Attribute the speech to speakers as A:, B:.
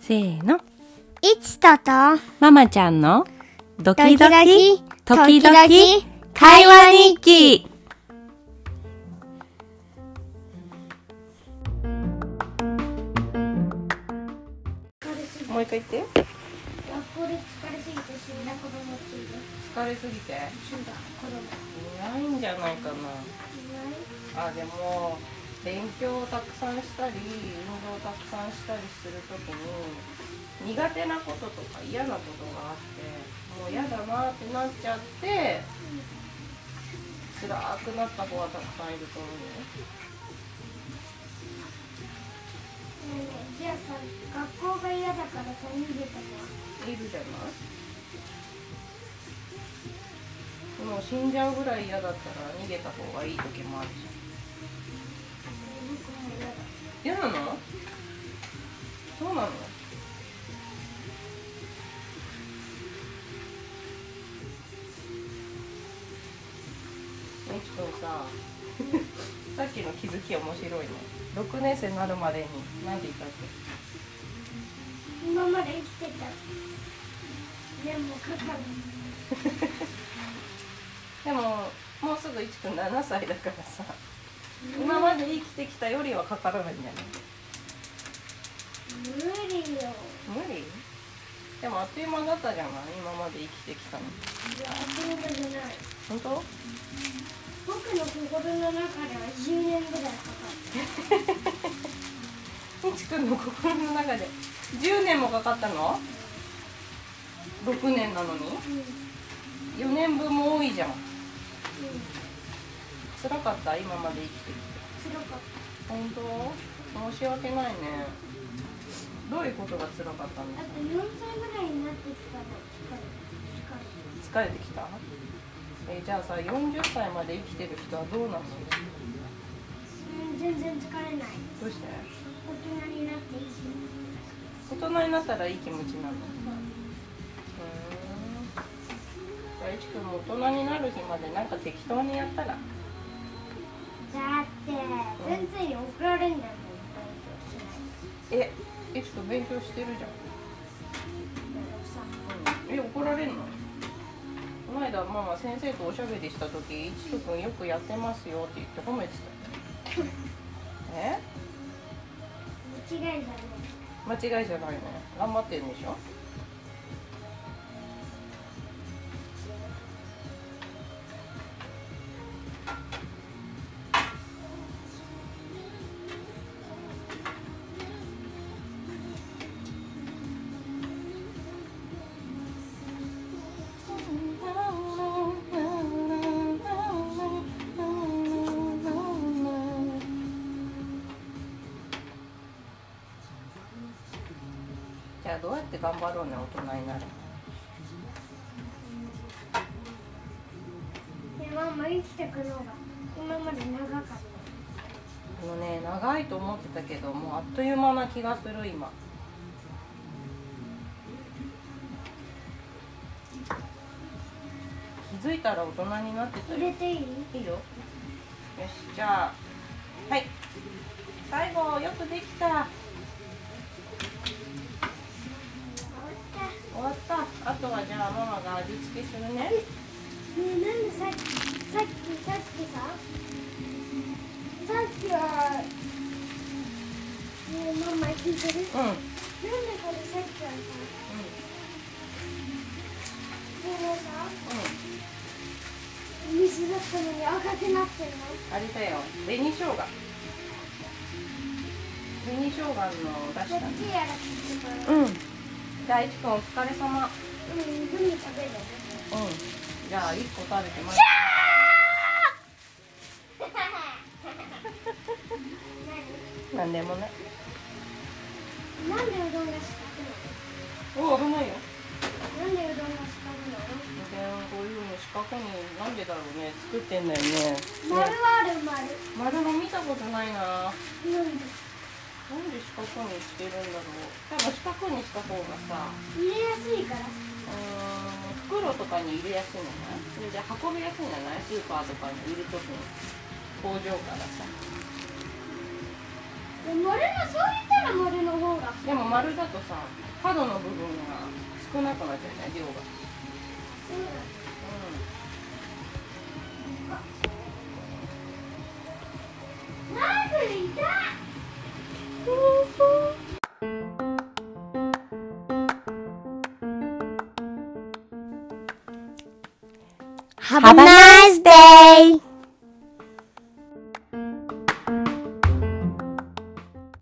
A: せーの。
B: いちとと、
A: ママちゃんのドキド
B: ド
A: キ、時
B: キドキ
A: 々、会話日記。もう一回言って。
B: 学校で疲れすぎて死んだ子供っている。
A: 疲れすぎて。
B: 死んだ子供。
A: いないんじゃないかな。あ、でも、勉強をたくさんしたり、運動をたくさんしたりするときに、苦手なこととか嫌なことがあって、もう嫌だなってなっちゃって、辛くなった子はたくさんいると思うよ。
B: ねえねえじゃあさ、学校が嫌だからさ、逃げたの。
A: いるじゃないもう死んじゃうぐらい嫌だったら逃げた方がいい時もあるじ
B: 僕も嫌
A: ゃ
B: だ。
A: ん嫌なのそうなのみちくんささっきの気づき面白いね6年生になるまでに何て言ったっけ
B: 今まで生きてた。でも、かかる。
A: でももうすぐいちくん7歳だからさ今まで生きてきたよりはかからないんじゃない
B: 無理よ。
A: 無理でもあっという間だったじゃない今まで生きてきたの
B: いや、あっという間じゃない。
A: 本当
B: 僕の心の中では10年ぐらいかかる。
A: みちくんの心の中で10年もかかったの6年なのに
B: うん。う
A: 4
B: ん。
A: 年分も多いじゃん辛かった今まで生きてきて
B: 辛かった。
A: 本当申し訳ないねどういうことが辛かったんで
B: あと4歳ぐらいになってきたら疲れ
A: すか疲れ
B: る。疲れる。
A: てきたえじゃあさ40歳まで生きてる人はどうなの
B: うん全然疲れない
A: どうして
B: 大人になっていいし
A: 大人になったらいい気持ちになるのうーんじゃあいちくんも大人になる日までなんか適当にやったら
B: だって先生に怒られるんだもん
A: えいちくん勉強してるじゃん、え怒られんのこの間ママ先生とおしゃべりした時いちくくんよくやってますよって言って褒めてたよ え
B: 間違いじゃない
A: 間違いじゃないね頑張ってるんでしょじゃあどうやって頑張ろうね大人になる
B: でママ生きてくのが今まで長かった
A: あのね長いと思ってたけどもうあっという間な気がする今気づいたら大人になってたよ
B: 入れていい
A: いいよよしじゃあはい最後よくできた終わったあとはじゃあママが味付けするね
B: ねえなんでさっきさっきさっきささっきはねえマ
A: うん、う
B: マ聞いてる
A: ん、
B: なんでこれさっきはさこれさ水だったのに赤くなってるの
A: あれだよ紅生姜紅生姜の出し
B: こ
A: た
B: っ
A: ね
B: ちやらせてもらう
A: うん。じゃあ、いちくんお疲れ様。
B: うん、グミ食べる
A: うん。
B: よ
A: じゃあ、一個食べてます。なんでもね。
B: 何なんでうどんが四角
A: お、危ないよ。
B: なのなんでうどんが四
A: 無限こういうの四角に、なんでだろうね。作ってんだよね。
B: 角なの
A: ね
B: 丸はある丸
A: 丸も見たことないな。
B: なんで
A: なんで四角にしてるんだろう。多分四角にした方がさ、
B: 入れやすいから
A: うーん、袋とかに入れやすいんじゃないそれで運びやすいんじゃないスーパーとかに売るときに工場からさ
B: で丸のそう言ったら丸の方が
A: でも丸だとさ角の部分が少なくなっちゃうね量が
B: そうだナイフいた
C: ハバナイスデイ